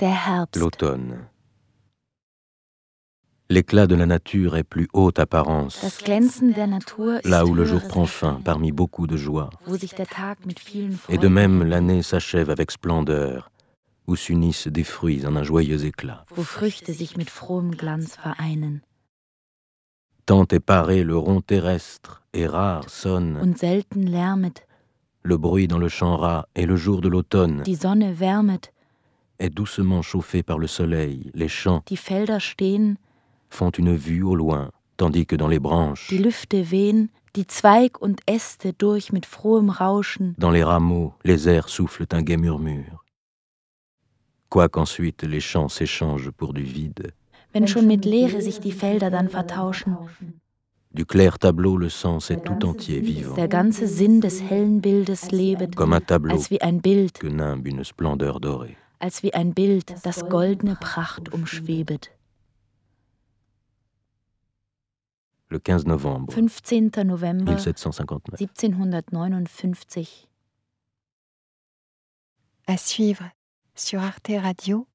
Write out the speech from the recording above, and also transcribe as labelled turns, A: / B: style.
A: Der Herbst.
B: l'automne. L'éclat de la nature est plus haute
A: Das
B: apparence,
A: Glänzen der Natur ist
B: là où le jour
A: höheres
B: prend fin
A: Erscheinen,
B: parmi beaucoup de joies.
A: wo sich der Tag mit vielen Freuden
B: Et de même, l'année s'achève avec splendeur, où s'unissent des fruits en un joyeux éclat.
A: wo Früchte sich mit frohem Glanz vereinen
B: Tant est paré le rond terrestre, et rare sonne
A: und selten lärmet,
B: le bruit dans le champ ras, et le jour de l'automne
A: die Sonne wärmet,
B: est doucement chauffé par le soleil. Les champs
A: die Felder stehen,
B: font une vue au loin, tandis que dans les branches,
A: die Lüfte wehen, die Zweig und Äste durch mit frohem Rauschen,
B: dans les rameaux, les airs soufflent un gai murmure. Quoiqu'ensuite les champs s'échangent pour du vide,
A: wenn schon mit Leere sich die Felder dann vertauschen,
B: du clair tableau le sens est tout entier vivant,
A: der ganze Sinn des hellen Bildes lebet,
B: comme un tableau
A: als wie ein Bild,
B: que nimbe une splendeur dorée.
A: als wie ein Bild, das goldene Pracht umschwebet.
B: Le 15 novembre
A: 15. November
B: 1759.
A: 1759.
C: À suivre sur arteradio.com.